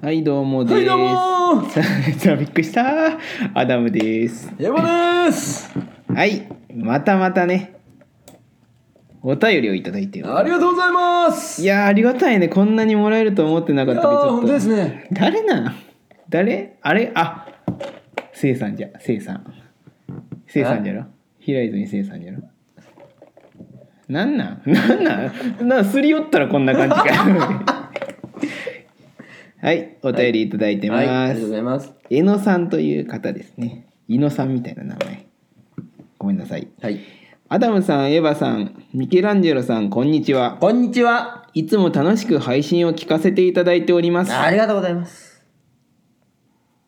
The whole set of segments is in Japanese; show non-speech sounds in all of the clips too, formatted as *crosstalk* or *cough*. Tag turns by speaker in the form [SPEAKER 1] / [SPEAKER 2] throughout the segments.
[SPEAKER 1] はいどうもです。
[SPEAKER 2] はいどうも
[SPEAKER 1] さあびっくりしたアダムです。
[SPEAKER 2] エヴァです
[SPEAKER 1] はいまたまたねお便りをいただいてよ
[SPEAKER 2] ありがとうございます
[SPEAKER 1] いやーありがたいねこんなにもらえると思ってなかったけど
[SPEAKER 2] いやー
[SPEAKER 1] ちょっ
[SPEAKER 2] 本
[SPEAKER 1] と
[SPEAKER 2] 当ですね
[SPEAKER 1] 誰なん誰あれあせいさんじゃせいさんせいさんじゃろ平泉せいさんじゃろなんなんなんなんなんすり寄ったらこんな感じ
[SPEAKER 2] *laughs*
[SPEAKER 1] かはいお便りいただいてます、
[SPEAKER 2] はい、ありがとうございます
[SPEAKER 1] 江野さんという方ですね井野さんみたいな名前ごめんなさい
[SPEAKER 2] はい
[SPEAKER 1] アダムさんエヴァさんミケランジェロさんこんにちは
[SPEAKER 2] こんにちはい
[SPEAKER 1] つも楽しく配信を聞かせていただいております
[SPEAKER 2] ありがとうございます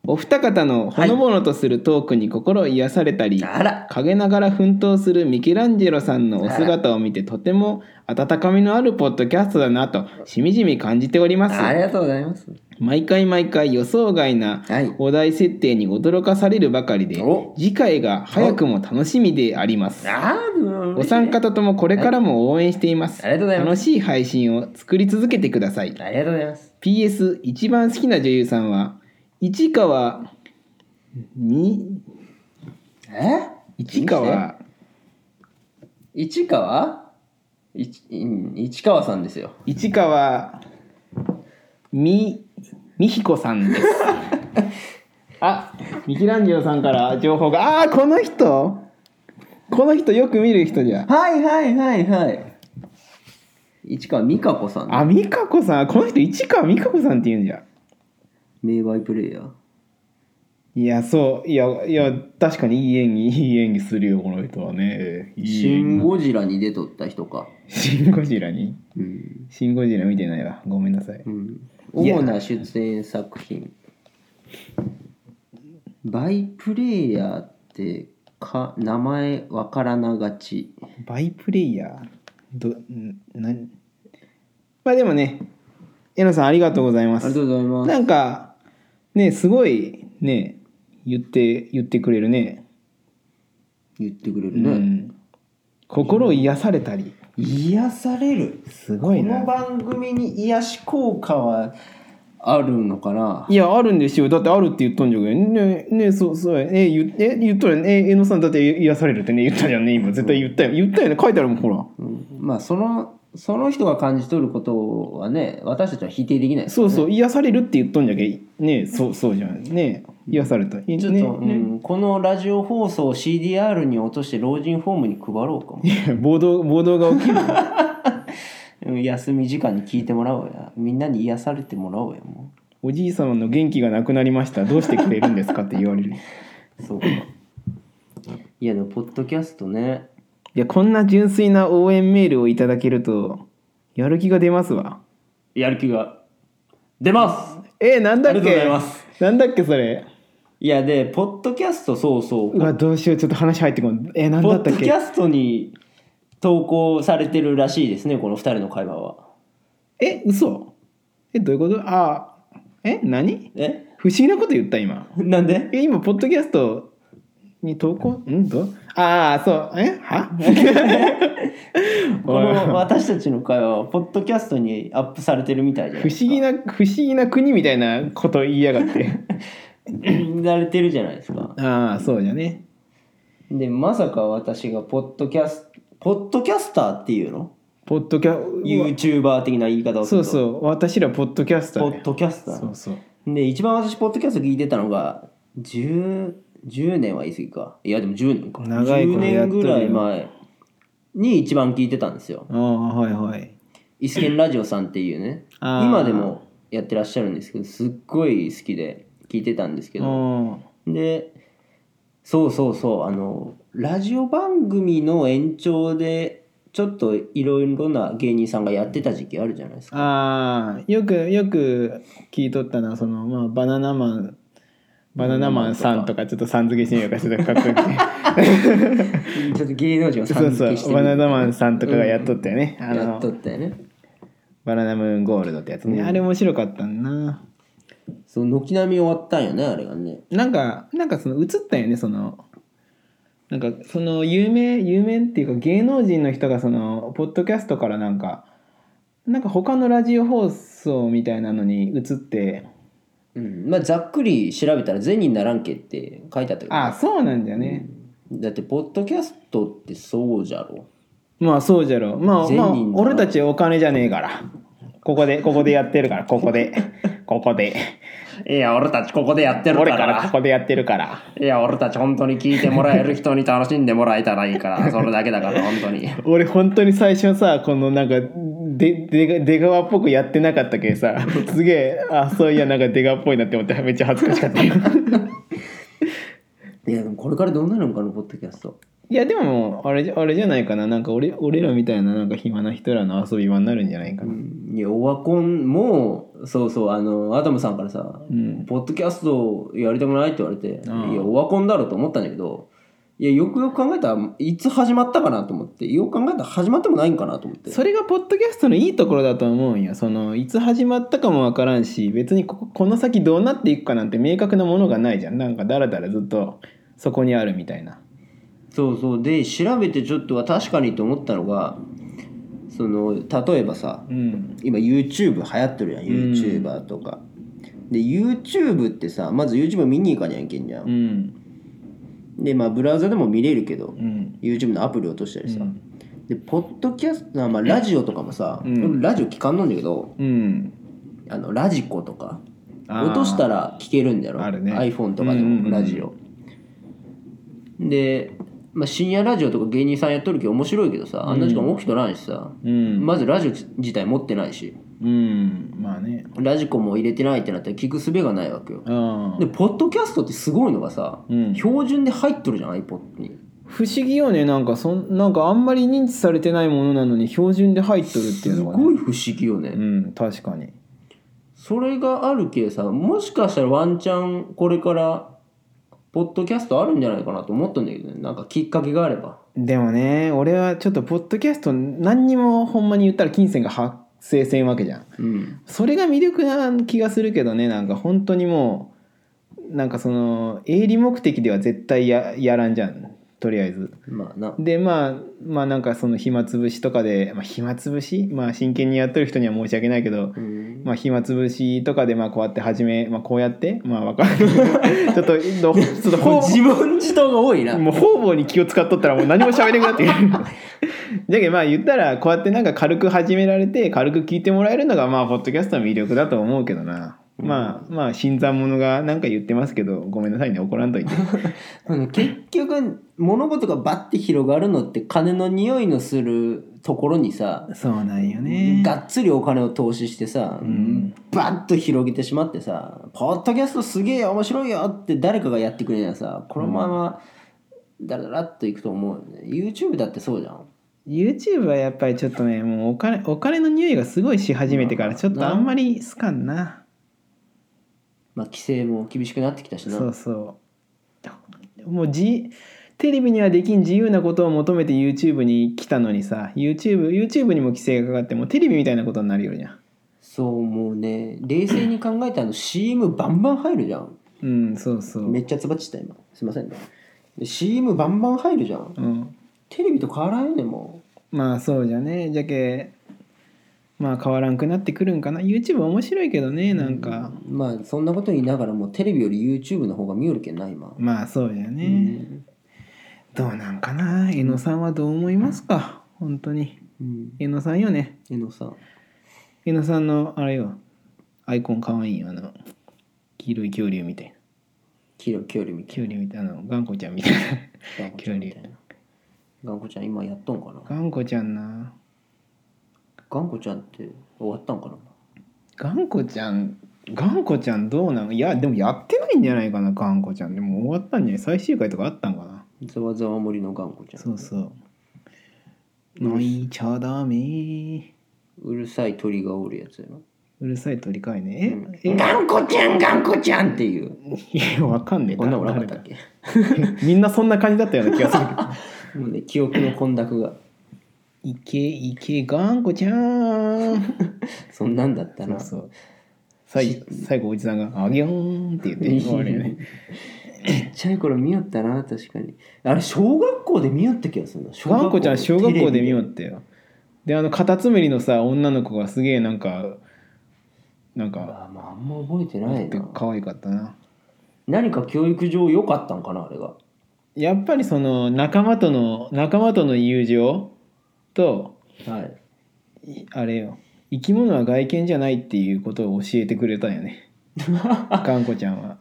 [SPEAKER 1] お二方のほのぼのとするトークに心癒されたり、
[SPEAKER 2] あら
[SPEAKER 1] 陰ながら奮闘するミケランジェロさんのお姿を見てとても温かみのあるポッドキャストだなとしみじみ感じております
[SPEAKER 2] ありがとうございます
[SPEAKER 1] 毎回毎回予想外な
[SPEAKER 2] はい
[SPEAKER 1] お題設定に驚かされるばかりで、
[SPEAKER 2] お
[SPEAKER 1] 次回が早くも楽しみであります
[SPEAKER 2] あー
[SPEAKER 1] お三方ともこれからも応援しています、
[SPEAKER 2] はいありがとうございます
[SPEAKER 1] 楽しい配信を作り続けてください
[SPEAKER 2] ありがとうございます
[SPEAKER 1] PS 一番好きな女優さんは市川に
[SPEAKER 2] え
[SPEAKER 1] 市川
[SPEAKER 2] 市川いちうん市川さんですよ
[SPEAKER 1] 市川み美彦さ *laughs* んですあミキランジェロさんから情報があーこの人この人よく見る人じゃ
[SPEAKER 2] はいはいはいはい市川美香子さん
[SPEAKER 1] あ美香子さんこの人市川美香子さんって言うんじゃ
[SPEAKER 2] 名バイプレイヤー
[SPEAKER 1] いやそういやいや確かにいい演技いい演技するよこの人はねいい
[SPEAKER 2] シン・
[SPEAKER 1] 演技
[SPEAKER 2] ゴジラに出とった人か
[SPEAKER 1] シン・ゴジラに
[SPEAKER 2] うん、
[SPEAKER 1] シン・ゴジラ見てないわごめんなさい
[SPEAKER 2] うん、
[SPEAKER 1] いや
[SPEAKER 2] 主な出演作品バイプレイヤーってか名前わからながち
[SPEAKER 1] バイプレイヤーどんなんまあでもねえのさんありがとうござい
[SPEAKER 2] あ
[SPEAKER 1] ま
[SPEAKER 2] りが
[SPEAKER 1] す
[SPEAKER 2] とうございます
[SPEAKER 1] なんかねすごいね言って言ってくれるね、
[SPEAKER 2] 言ってくれ
[SPEAKER 1] う
[SPEAKER 2] るね、
[SPEAKER 1] ん、心を癒されたり
[SPEAKER 2] 癒される
[SPEAKER 1] すごい
[SPEAKER 2] こ
[SPEAKER 1] な
[SPEAKER 2] の番組に癒し効果はあるのかない
[SPEAKER 1] やあるんですよだってあるって言っとんじゃけんねねそうそうえ言え言っとるよねええのさんだって癒されるってね言ったじゃんね今絶対言ったよ言ったよね書いてあるもんほら
[SPEAKER 2] うんまあそのその人が感じ取ることはね私たちは否定できないです
[SPEAKER 1] そうそう癒されるって言っとんじゃけんねそうそうじゃんね癒されたい
[SPEAKER 2] ちょっと、
[SPEAKER 1] ね
[SPEAKER 2] う
[SPEAKER 1] ね
[SPEAKER 2] ん、このラジオ放送を CDR に落として老人ホームに配ろうかも
[SPEAKER 1] いや暴動暴動が起きる *laughs*
[SPEAKER 2] うん休み時間に聞いてもらおうやみんなに癒されてもらおうやも
[SPEAKER 1] おじいさまの元気がなくなりましたどうしてくれるんですかって言われる
[SPEAKER 2] うそうかいやでもポッドキャストね
[SPEAKER 1] いやこんな純粋な応援メールをいただけるとやる気が出ますわ
[SPEAKER 2] やる気が出ます
[SPEAKER 1] えなんだっけ
[SPEAKER 2] ありがとうございます
[SPEAKER 1] なんだっけそれ
[SPEAKER 2] いやでポッドキャストそうそう
[SPEAKER 1] うわどうしようちょっと話入ってこんえなん
[SPEAKER 2] ポ
[SPEAKER 1] だ
[SPEAKER 2] ッ
[SPEAKER 1] った
[SPEAKER 2] ド
[SPEAKER 1] っ
[SPEAKER 2] キ
[SPEAKER 1] け
[SPEAKER 2] ャストに投稿されてるらしいですねこの2人の会話は
[SPEAKER 1] え嘘えどういうことああえ何
[SPEAKER 2] え
[SPEAKER 1] 不思議なこと言った今
[SPEAKER 2] なんで
[SPEAKER 1] え今ポッドキャストに投稿んどああそうえは
[SPEAKER 2] *laughs* この私たちの会話はポッドキャストにアップされてるみたいじゃな
[SPEAKER 1] 不
[SPEAKER 2] い
[SPEAKER 1] 思議な不思議な国みたいなこと言いやがって
[SPEAKER 2] *laughs* 慣れてるじゃないですか
[SPEAKER 1] ああそうじゃね
[SPEAKER 2] でまさか私がポッドキャスポッドキャスターっていうの
[SPEAKER 1] ポッドキャ
[SPEAKER 2] YouTuber 的な言い方をす
[SPEAKER 1] そ
[SPEAKER 2] る
[SPEAKER 1] う
[SPEAKER 2] と
[SPEAKER 1] そう私らポッドキャスタ
[SPEAKER 2] ポ
[SPEAKER 1] ーね
[SPEAKER 2] ッドキャスタ
[SPEAKER 1] そう
[SPEAKER 2] ー
[SPEAKER 1] そう
[SPEAKER 2] で一番私ポッドキャスト聞いてたのが 10, 10年は言い過ぎかいやでも10年か
[SPEAKER 1] 長いこ
[SPEAKER 2] 10
[SPEAKER 1] とやっ
[SPEAKER 2] 年
[SPEAKER 1] とるよ
[SPEAKER 2] ぐらい前に一番聞いてたんですよ
[SPEAKER 1] ああはいはい
[SPEAKER 2] イスケンラジオさんっていうね
[SPEAKER 1] あー
[SPEAKER 2] 今でもやってらっしゃるんですけどすっごい好きで聞いてたんですけど
[SPEAKER 1] あ
[SPEAKER 2] でそうそうそうあのラジオ番組の延長でちょっといろいろな芸人さんがやってた時期あるじゃないですか
[SPEAKER 1] あーよくよく聞いとったなその、まあ、バナナマンバナナマンさんとかちょっとさん付けしてみようかちょっとかっこよくね
[SPEAKER 2] ちょっと芸能人を
[SPEAKER 1] そ
[SPEAKER 2] 参
[SPEAKER 1] う
[SPEAKER 2] 付けし
[SPEAKER 1] そ
[SPEAKER 2] て
[SPEAKER 1] うバ
[SPEAKER 2] み
[SPEAKER 1] ナ
[SPEAKER 2] る
[SPEAKER 1] ナマンさんとかがやっとったよね、あ
[SPEAKER 2] やっとっ
[SPEAKER 1] の
[SPEAKER 2] たよね
[SPEAKER 1] バナナムーンゴールドってやつね、あれ面白かったんな
[SPEAKER 2] そう軒並み終わったんよねあれがね
[SPEAKER 1] なんかなんかその映ったよねそのなんかその有名有名っていうか芸能人の人がそのポッドキャストからなんかなんか他のラジオ放送みたいなのに移って
[SPEAKER 2] うんまあ、ざっくり調べたら「銭にならんけ」って書いてあったけど
[SPEAKER 1] あそうなんじゃね、
[SPEAKER 2] だってポッドキャストってそうじゃろ
[SPEAKER 1] まあそうじゃろまあまあ
[SPEAKER 2] 善人だな
[SPEAKER 1] 俺たちお金じゃねえからここでここでやってるからここでここで
[SPEAKER 2] いや俺たちここでやって
[SPEAKER 1] 俺からここでやってるから
[SPEAKER 2] いや俺たち本当に聞いてもらえる人に楽しんでもらえたらいい *laughs* からそれだけだから本当に
[SPEAKER 1] 俺本当に最初さこのなんかででが出川っぽくやってなかったけど *laughs* さすげえあそういやなんか出川っぽいなって思ってめっちゃ恥ずかしか *laughs* ったよ
[SPEAKER 2] いやでもこれからどうなるのかなポッドキャスト
[SPEAKER 1] いやでもあれじゃあれじゃないかななんか俺俺らみたいななんか暇な人らの遊び場になるんじゃないかな、
[SPEAKER 2] いやオワコンもそうそうあのアダムさんからさ、
[SPEAKER 1] ん
[SPEAKER 2] ポッドキャストやりたくない?」って言われて「
[SPEAKER 1] うん
[SPEAKER 2] いやオワコンだろ」と思ったんだけどいやよくよく考えたらいつ始まったかなと思ってよく考えたら始まってもないんかなと思って
[SPEAKER 1] それがポッドキャストのいいところだと思うんやそのいつ始まったかもわからんし別にこここの先どうなっていくかなんて明確なものがないじゃんなんかだらだらずっとそこにあるみたいな
[SPEAKER 2] そうそうで調べてちょっとは確かにと思ったのがその例えばさ
[SPEAKER 1] うん
[SPEAKER 2] 今 YouTube 流行ってるやん YouTuber とか、で YouTube ってさまず YouTube 見に行かにゃいけんじゃ、
[SPEAKER 1] うんん
[SPEAKER 2] でまあブラウザでも見れるけど、
[SPEAKER 1] うん
[SPEAKER 2] YouTube のアプリ落としたりさ、
[SPEAKER 1] うん
[SPEAKER 2] でポッドキャスト、まあ、ラジオとかもさ、
[SPEAKER 1] うん
[SPEAKER 2] 俺ラジオ聞かんのんだけど
[SPEAKER 1] うん
[SPEAKER 2] あのラジコとか
[SPEAKER 1] あー
[SPEAKER 2] 落としたら聞けるんだよ
[SPEAKER 1] あるね
[SPEAKER 2] iPhone とかで
[SPEAKER 1] うんうんう
[SPEAKER 2] も
[SPEAKER 1] ん
[SPEAKER 2] ラジオ、で、まあ、深夜ラジオとか芸人さんやっとるけど面白いけどさあんな時間起きとらんしさ、
[SPEAKER 1] うん
[SPEAKER 2] まずラジオ自体持ってないし
[SPEAKER 1] うんまあね
[SPEAKER 2] ラジコも入れてないってなったら聞く術がないわけよ
[SPEAKER 1] あ
[SPEAKER 2] でポッドキャストってすごいのがさ、
[SPEAKER 1] うん
[SPEAKER 2] 標準で入っとるじゃん iPod に
[SPEAKER 1] 不思議よねなんかそんなんかあんまり認知されてないものなのに標準で入っとるってい
[SPEAKER 2] す
[SPEAKER 1] うのが、ね、
[SPEAKER 2] ごい不思議よね、
[SPEAKER 1] うん確かに
[SPEAKER 2] それがあるけさもしかしたらワンチャンこれからポッドキャストあるんじゃないかなと思ったんだけどねなんかきっかけがあれば
[SPEAKER 1] でもね俺はちょっとポッドキャスト何にもほんまに言ったら金銭が発生せんわけじゃん
[SPEAKER 2] うん
[SPEAKER 1] それが魅力な気がするけどねなんか本当にもうなんかその営利目的では絶対ややらんじゃんとりあえず
[SPEAKER 2] まあな
[SPEAKER 1] でまあまあなんかその暇つぶしとかで、まあ、暇つぶしまあ真剣にやっとる人には申し訳ないけど、
[SPEAKER 2] うん
[SPEAKER 1] まあ、暇つぶしとかでまあこうやって始め、まあ、こうやってまあわかる *laughs* ちょっとどうちょっと方
[SPEAKER 2] 自問自答が多いな
[SPEAKER 1] もう方々に気を使っとったらもう何も喋れなくなってくる *laughs* じゃけどまあ言ったらこうやってなんか軽く始められて軽く聞いてもらえるのがまあポッドキャストの魅力だと思うけどな、まあまあ新参者がなんか言ってますけどごめんなさいね怒らんといて
[SPEAKER 2] うん結局物事がバッて広がるのって金の匂いのするところにさ
[SPEAKER 1] *laughs* そうなんよ
[SPEAKER 2] がっつりお金を投資してさ、
[SPEAKER 1] ん
[SPEAKER 2] バッと広げてしまってさ「ポッドキャストすげえよ面白いよ」って誰かがやってくれりゃさこのままダラダラっといくと思うよね YouTube だってそうじゃん
[SPEAKER 1] YouTube はやっぱりちょっとねもうお金お金の匂いがすごいし始めてからちょっとあんまり好かんな。
[SPEAKER 2] まあ規制も厳しくなってきたしな
[SPEAKER 1] そうそうもうじテレビにはできん自由なことを求めて YouTube に来たのにさ YouTube, YouTube にも規制がかかってもうテレビみたいなことになるよりじゃん
[SPEAKER 2] そうもうね冷静に考えたら CM バンバン入るじゃん
[SPEAKER 1] うんそうそう、
[SPEAKER 2] めっちゃつばっちった今すいませんねで CM バンバン入るじゃん
[SPEAKER 1] うん、
[SPEAKER 2] テレビと変わらんよねも
[SPEAKER 1] まあそうじゃねじゃけまあ変わらんくなってくるんかな YouTube 面白いけどねなんか、
[SPEAKER 2] うまあそんなこと言いながらもうテレビより YouTube の方が見よるけんな今、
[SPEAKER 1] まあそうじゃね、
[SPEAKER 2] うん
[SPEAKER 1] どうなんかな江野さんはどう思いますか本当に
[SPEAKER 2] うん
[SPEAKER 1] 江野さんよね
[SPEAKER 2] えのさん
[SPEAKER 1] 江野さんのあれよアイコンかわいいよあの黄色い恐竜みたいな
[SPEAKER 2] キロキョリみた
[SPEAKER 1] キ
[SPEAKER 2] い
[SPEAKER 1] ュウリみたいなの頑固ちゃんみたいな *laughs*
[SPEAKER 2] な。
[SPEAKER 1] キョリ
[SPEAKER 2] な。ガンコちゃん今やっとんかな。
[SPEAKER 1] 頑固ちゃんな
[SPEAKER 2] ガンコちゃんって終わったんかな。
[SPEAKER 1] 頑固ちゃん頑固ちゃんどうなのいやでもやってないんじゃないかな頑固ちゃんでも終わったんじゃない最終回とかあったんかな
[SPEAKER 2] ざわざわ森のガンコちゃん。
[SPEAKER 1] そうそう泣いちゃダメ
[SPEAKER 2] うるさい鳥がおるやつやな。
[SPEAKER 1] うるさい鳥かいねえ、え *laughs*
[SPEAKER 2] ガンコちゃんガンコちゃんっていう。
[SPEAKER 1] いやわかんねえ
[SPEAKER 2] こんなもんなかったっけ。
[SPEAKER 1] 誰だみんなそんな感じだったような気がするけど
[SPEAKER 2] もうね記憶の混濁が
[SPEAKER 1] いけいけ頑固ちゃん
[SPEAKER 2] そんなんだった
[SPEAKER 1] そう
[SPEAKER 2] な。
[SPEAKER 1] そう最最後おじさんが「あげよーん」って言って終わるよね
[SPEAKER 2] ちっちゃい頃見よったな確かに。あれ小学校で見よった気がするな。小
[SPEAKER 1] ワンコちゃん小学校で見よ
[SPEAKER 2] っ
[SPEAKER 1] ってよであのカタツムリのさ女の子がすげえなんかなんか
[SPEAKER 2] あまああんま覚えてない
[SPEAKER 1] で
[SPEAKER 2] な
[SPEAKER 1] 可愛かったな
[SPEAKER 2] 何か教育上良かったんかなあれが
[SPEAKER 1] やっぱりその仲間との仲間との友情と
[SPEAKER 2] はい
[SPEAKER 1] いあれよ生き物は外見じゃないっていうことを教えてくれたよ *laughs* ねかんこちゃんは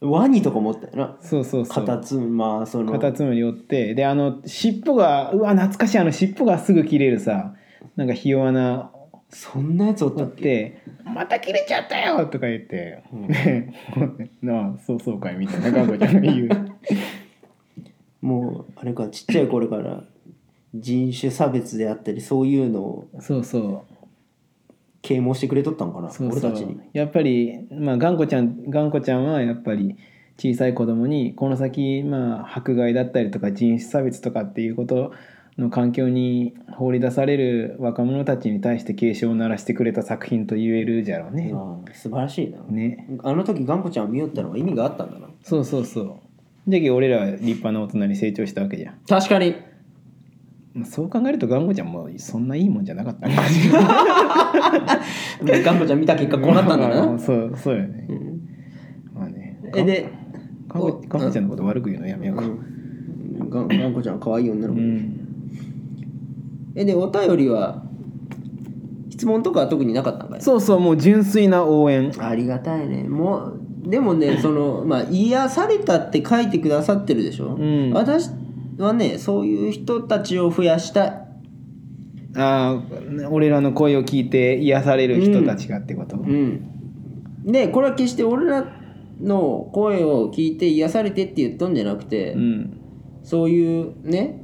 [SPEAKER 2] ワニとか持ったよな
[SPEAKER 1] そうそうそう
[SPEAKER 2] カタツムリまあその
[SPEAKER 1] カタツムリおってであの尻尾がうわ懐かしいあの尻尾がすぐ切れるさなんかひ弱な
[SPEAKER 2] そんなやつおった
[SPEAKER 1] おっ
[SPEAKER 2] っけ
[SPEAKER 1] て「また切れちゃったよ!」とか言って
[SPEAKER 2] う
[SPEAKER 1] 「*laughs*
[SPEAKER 2] ん
[SPEAKER 1] ねなあそうそうかい」みたいなかんこちゃんが言う
[SPEAKER 2] もうあれかちっちゃい頃から人種差別であったりそういうのを
[SPEAKER 1] *laughs* そうそう
[SPEAKER 2] 啓蒙してくれとったんかな
[SPEAKER 1] そうそう
[SPEAKER 2] 俺たちに
[SPEAKER 1] やっぱり、まあ、頑固ちゃん頑固ちゃんはやっぱり小さい子供にこの先、まあ、迫害だったりとか人種差別とかっていうことの環境に放り出される若者たちに対して警鐘を鳴らしてくれた作品と言えるじゃろうね。
[SPEAKER 2] うん素晴らしいな、
[SPEAKER 1] ね
[SPEAKER 2] あの時ガンコちゃんを見よったのは意味があったんだな
[SPEAKER 1] そうそうそう。じゃけ俺らは立派な大人に成長したわけじゃん。
[SPEAKER 2] 確かに
[SPEAKER 1] まあ、そう考えると頑固ちゃんもそんないいもんじゃなかったね。
[SPEAKER 2] ガンコちゃん見た結果こうなったんだ
[SPEAKER 1] まあ *laughs*
[SPEAKER 2] な、
[SPEAKER 1] そうそうよね
[SPEAKER 2] う。ん
[SPEAKER 1] まあね。
[SPEAKER 2] えで
[SPEAKER 1] 頑固頑固ちゃんのこと悪く言うのやめようか。
[SPEAKER 2] うんガンガンコちゃん可愛い女
[SPEAKER 1] う
[SPEAKER 2] の子、
[SPEAKER 1] ん
[SPEAKER 2] えでお便りは質問とかは特になかったんかい
[SPEAKER 1] そうそうもう純粋な応援
[SPEAKER 2] *laughs* ありがたいねもうで
[SPEAKER 1] *laughs*
[SPEAKER 2] もねそのまあ癒されたって書いてくださってるでしょ、
[SPEAKER 1] うん
[SPEAKER 2] 私はねそういう人たちを増やしたい
[SPEAKER 1] ああ俺らの声を聞いて癒される人たちがってこと、
[SPEAKER 2] うんでこれは決して俺らの声を聞いて癒されてって言っとんじゃなくて、
[SPEAKER 1] うん
[SPEAKER 2] そういうね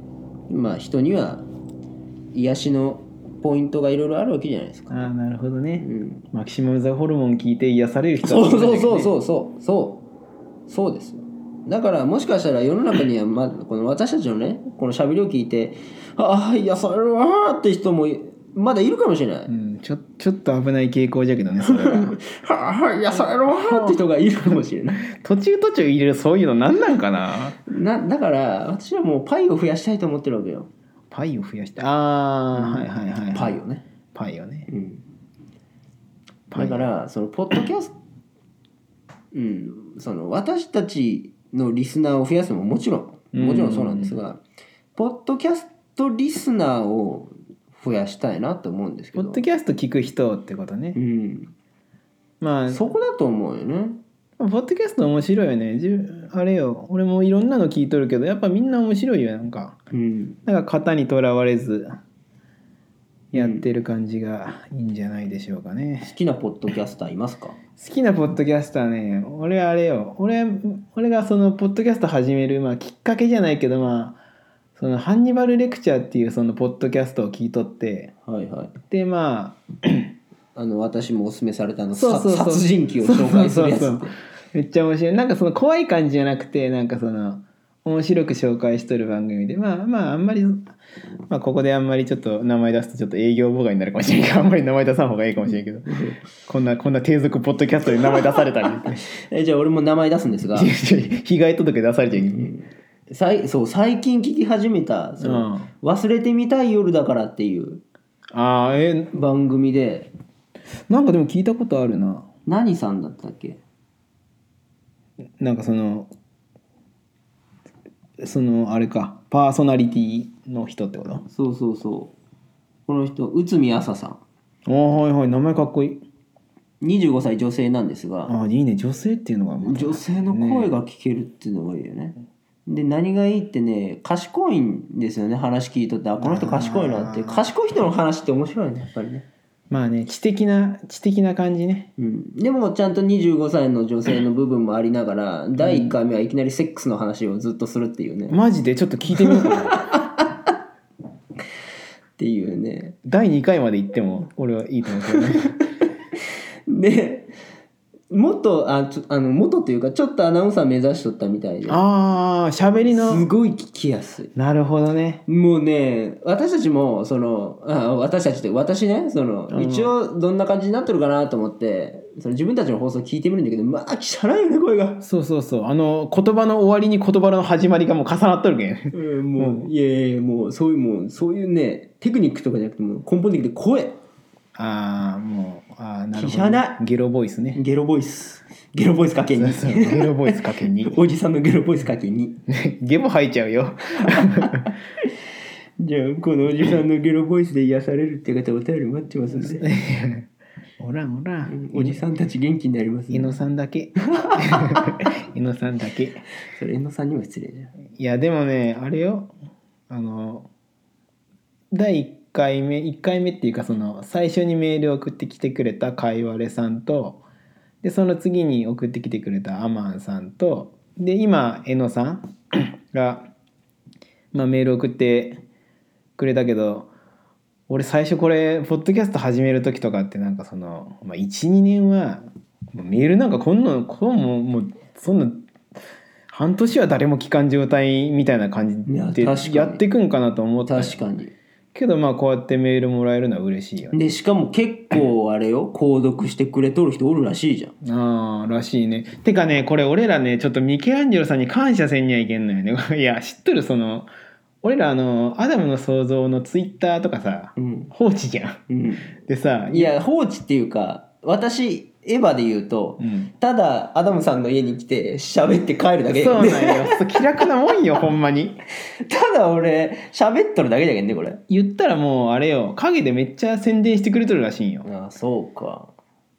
[SPEAKER 2] まあ人には癒しのポイントがいろいろあるわけじゃないですか、
[SPEAKER 1] ああなるほど
[SPEAKER 2] う
[SPEAKER 1] ね、
[SPEAKER 2] ん、
[SPEAKER 1] マキシマム・ザ・ホルモン聞いて癒される人
[SPEAKER 2] そう
[SPEAKER 1] たち
[SPEAKER 2] そうそう
[SPEAKER 1] う
[SPEAKER 2] そうそうそうそうですよだからもしかしたら世の中には、まあ、この私たちのねこのしゃべりを聞いて「ああ癒されるわ」って人もまだいるかもしれない「
[SPEAKER 1] ん、ちょちょっと危ない傾向じゃけどねそれ *laughs* は
[SPEAKER 2] ああ癒されるわ」って人がいるかもしれない
[SPEAKER 1] 途中途中入れるそういうの何なんかな
[SPEAKER 2] なだから私はもうパイを増やしたいと思ってるわけよ
[SPEAKER 1] パイを増やしてああ、はいはいはい
[SPEAKER 2] パイをね、
[SPEAKER 1] パイをね
[SPEAKER 2] うん、
[SPEAKER 1] パイ
[SPEAKER 2] だからそのポッドキャストうんその私たちのリスナーを増やすのももちろんもちろんそうなんですが、ポッドキャストリスナーを増やしたいなと思うんですけ
[SPEAKER 1] ポ
[SPEAKER 2] ど
[SPEAKER 1] ッドキャスト聞く人ってことね、ま
[SPEAKER 2] う
[SPEAKER 1] あ
[SPEAKER 2] ん、そこだと思うよね
[SPEAKER 1] ポッドキャスト面白いよねじゅあれよ俺もいろんなの聞いとるけどやっぱみんな面白いよなんか
[SPEAKER 2] うん
[SPEAKER 1] なんか型にとらわれずやってる感じがいいんじゃないでしょうかね、
[SPEAKER 2] 好きなポッドキャスターいますか
[SPEAKER 1] 好きなポッドキャスターね俺あれよ俺俺がそのポッドキャスト始める、まあ、きっかけじゃないけどまあそのハンニバルレクチャーっていうそのポッドキャストを聞いとって
[SPEAKER 2] はいはい
[SPEAKER 1] でまあ
[SPEAKER 2] あの私もおすすめされたあの
[SPEAKER 1] そうそうそう
[SPEAKER 2] さ殺人鬼を紹介するやつ
[SPEAKER 1] そうそうそうめっちゃ面白いなんかその怖い感じじゃなくてなんかその面白く紹介しとる番組でまあまああんまり、まあ、ここであんまりちょっと名前出すとちょっと営業妨害になるかもしれん
[SPEAKER 2] *laughs*
[SPEAKER 1] からあんまり名前出さん方がいいかもしれんけどこんなこんな低俗ポッドキャストで名前出されたり
[SPEAKER 2] *laughs* えじゃあ俺も名前出すんですが
[SPEAKER 1] 被害届出されちゃう、
[SPEAKER 2] さいそう最近聞き始めたその、
[SPEAKER 1] うん
[SPEAKER 2] 忘れてみたい夜だから」っていう
[SPEAKER 1] ああえ
[SPEAKER 2] 番組で
[SPEAKER 1] なんかでも聞いたことあるな
[SPEAKER 2] 何さんだったっけ
[SPEAKER 1] なんかそのそのあれかパーソナリティの人ってこと
[SPEAKER 2] そうそうそうこの人内海朝さ
[SPEAKER 1] ああはいはい名前かっこいい
[SPEAKER 2] ん25歳女性なんですが
[SPEAKER 1] ああいいね女性っていうのがまた
[SPEAKER 2] 女性の声が聞けるっていうのがいいよねで何がいいってね賢いんですよね話聞いとってあこの人賢いなって賢い人の話って面白いねやっぱりね、
[SPEAKER 1] まあね知的な知的な感じね
[SPEAKER 2] うん、でもちゃんと25歳の女性の部分もありながら第1回目はいきなりセックスの話をずっとするっていうね、っ
[SPEAKER 1] マジでちょっと聞いてみようかな
[SPEAKER 2] ていうね
[SPEAKER 1] *laughs* 第2回まで行っても俺はいいと思うけどね
[SPEAKER 2] *laughs* で元あちょあの元というかちょっとアナウンサー目指しとったみたいで
[SPEAKER 1] *laughs* ああ喋り
[SPEAKER 2] す
[SPEAKER 1] の
[SPEAKER 2] ごい聞きやすい
[SPEAKER 1] なるほどね
[SPEAKER 2] もうね私たちもそのあ私たちって私ねその
[SPEAKER 1] うん
[SPEAKER 2] 一応どんな感じになってるかなと思ってその自分たちの放送聞いてみるんだけどまあ汚いよね声が、
[SPEAKER 1] そうそうそうあの言葉の終わりに言葉の始まりがもう重なっとるけん
[SPEAKER 2] うんもういやいやいやもうそういうもうそういうねテクニックとかじゃなくてもう根本的に声
[SPEAKER 1] *laughs* ああもうああなるほ
[SPEAKER 2] 知ら
[SPEAKER 1] ど、
[SPEAKER 2] ない
[SPEAKER 1] ゲロボイスね
[SPEAKER 2] ゲロボイスゲロボイスかけ
[SPEAKER 1] そう
[SPEAKER 2] に
[SPEAKER 1] そう *laughs* ゲロボイスかけ *laughs* に
[SPEAKER 2] *laughs* おじさんのゲロボイスかけに
[SPEAKER 1] ゲボ吐いちゃうよ
[SPEAKER 2] じゃあこのおじさんのゲロボイスで癒されるって方お便り待ってますんで
[SPEAKER 1] *laughs* おらんおらん
[SPEAKER 2] おじさんたち元気になります
[SPEAKER 1] 猪
[SPEAKER 2] ね
[SPEAKER 1] 野さんだ *laughs* け猪野さんだけ
[SPEAKER 2] それえのさんにも失礼じゃん
[SPEAKER 1] いやでもねあれよあの第1回目1回目っていうかその最初にメールを送ってきてくれたかいわれさんとでその次に送ってきてくれたアマンさんとで今えのさん *coughs* が、まあ、メール送ってくれたけど俺最初これポッドキャスト始める時とかってなんかその、まあ、12年はもうメールなんかこんなこんもうもうそんな半年は誰も聞かん状態みたいな感
[SPEAKER 2] いや
[SPEAKER 1] じで
[SPEAKER 2] 確かに
[SPEAKER 1] やっていくんかなと思った
[SPEAKER 2] 確かに
[SPEAKER 1] けどまあこうやってメールもらえるのは嬉しいよね。
[SPEAKER 2] でしかも結構あれよ購読してくれとる人おるらしいじゃん
[SPEAKER 1] ああらしいね。てかねこれ俺らねちょっとミケランジェロさんに感謝せんにはいけんのよね。 *laughs* いや知っとるその俺らあのアダムの創造のツイッターとかさ
[SPEAKER 2] うん、
[SPEAKER 1] 放置じゃん。
[SPEAKER 2] うん、
[SPEAKER 1] でさ
[SPEAKER 2] いや放置っていうか私エヴァで言うと、
[SPEAKER 1] うん
[SPEAKER 2] ただアダムさんの家に来て喋って帰るだけ
[SPEAKER 1] そうなん
[SPEAKER 2] ね
[SPEAKER 1] よそう気楽なもんよほんまに
[SPEAKER 2] ただ俺喋っとるだけだけどねこれ
[SPEAKER 1] 言ったらもうあれよ陰でめっちゃ宣伝してくれとるらしいんよ
[SPEAKER 2] ああそうか、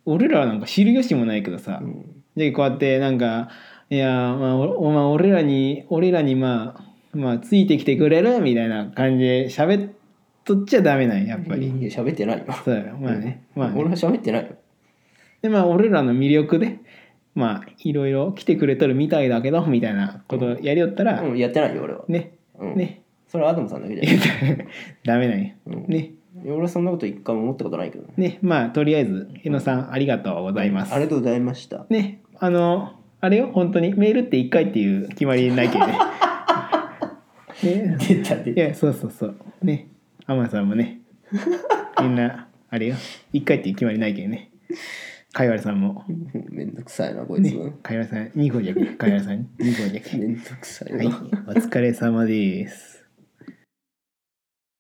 [SPEAKER 1] 俺らなんか知る由もないけどさ、
[SPEAKER 2] うん、
[SPEAKER 1] でこうやってなんかいやーまあおおまあ俺らに俺らにまあまあついてきてくれるみたいな感じで喋っとっちゃダメなんややっぱり、
[SPEAKER 2] いや喋ってないよ
[SPEAKER 1] そうだよまあねまあ
[SPEAKER 2] 俺
[SPEAKER 1] ね
[SPEAKER 2] は喋ってないよ
[SPEAKER 1] でまあ俺らの魅力でまあいろいろ来てくれとるみたいだけどみたいなことやりよったら、
[SPEAKER 2] うんやってないよ俺は、
[SPEAKER 1] ね
[SPEAKER 2] うん、
[SPEAKER 1] ね *laughs*
[SPEAKER 2] それはアダムさんだけじゃ
[SPEAKER 1] ダメなんや、
[SPEAKER 2] うん
[SPEAKER 1] ね
[SPEAKER 2] んいや俺はそんなこと一回も思ったことないけどね
[SPEAKER 1] ねまあとりあえず江野さんありがとうございます、
[SPEAKER 2] ありがとうございました
[SPEAKER 1] ねあのあれよ本当にメールって1回っていう決まりないけどねね
[SPEAKER 2] 出た出
[SPEAKER 1] いやそうそうそうねアマンさんもねみんなあれよ1回っていう決まりないけどねかいわれさんも
[SPEAKER 2] *laughs* めんどくさいなこいつ、
[SPEAKER 1] ねかいわれさん2個じゃけかいわれさん2個じゃけ
[SPEAKER 2] めんどくさい
[SPEAKER 1] はい
[SPEAKER 2] な、
[SPEAKER 1] お疲れ様です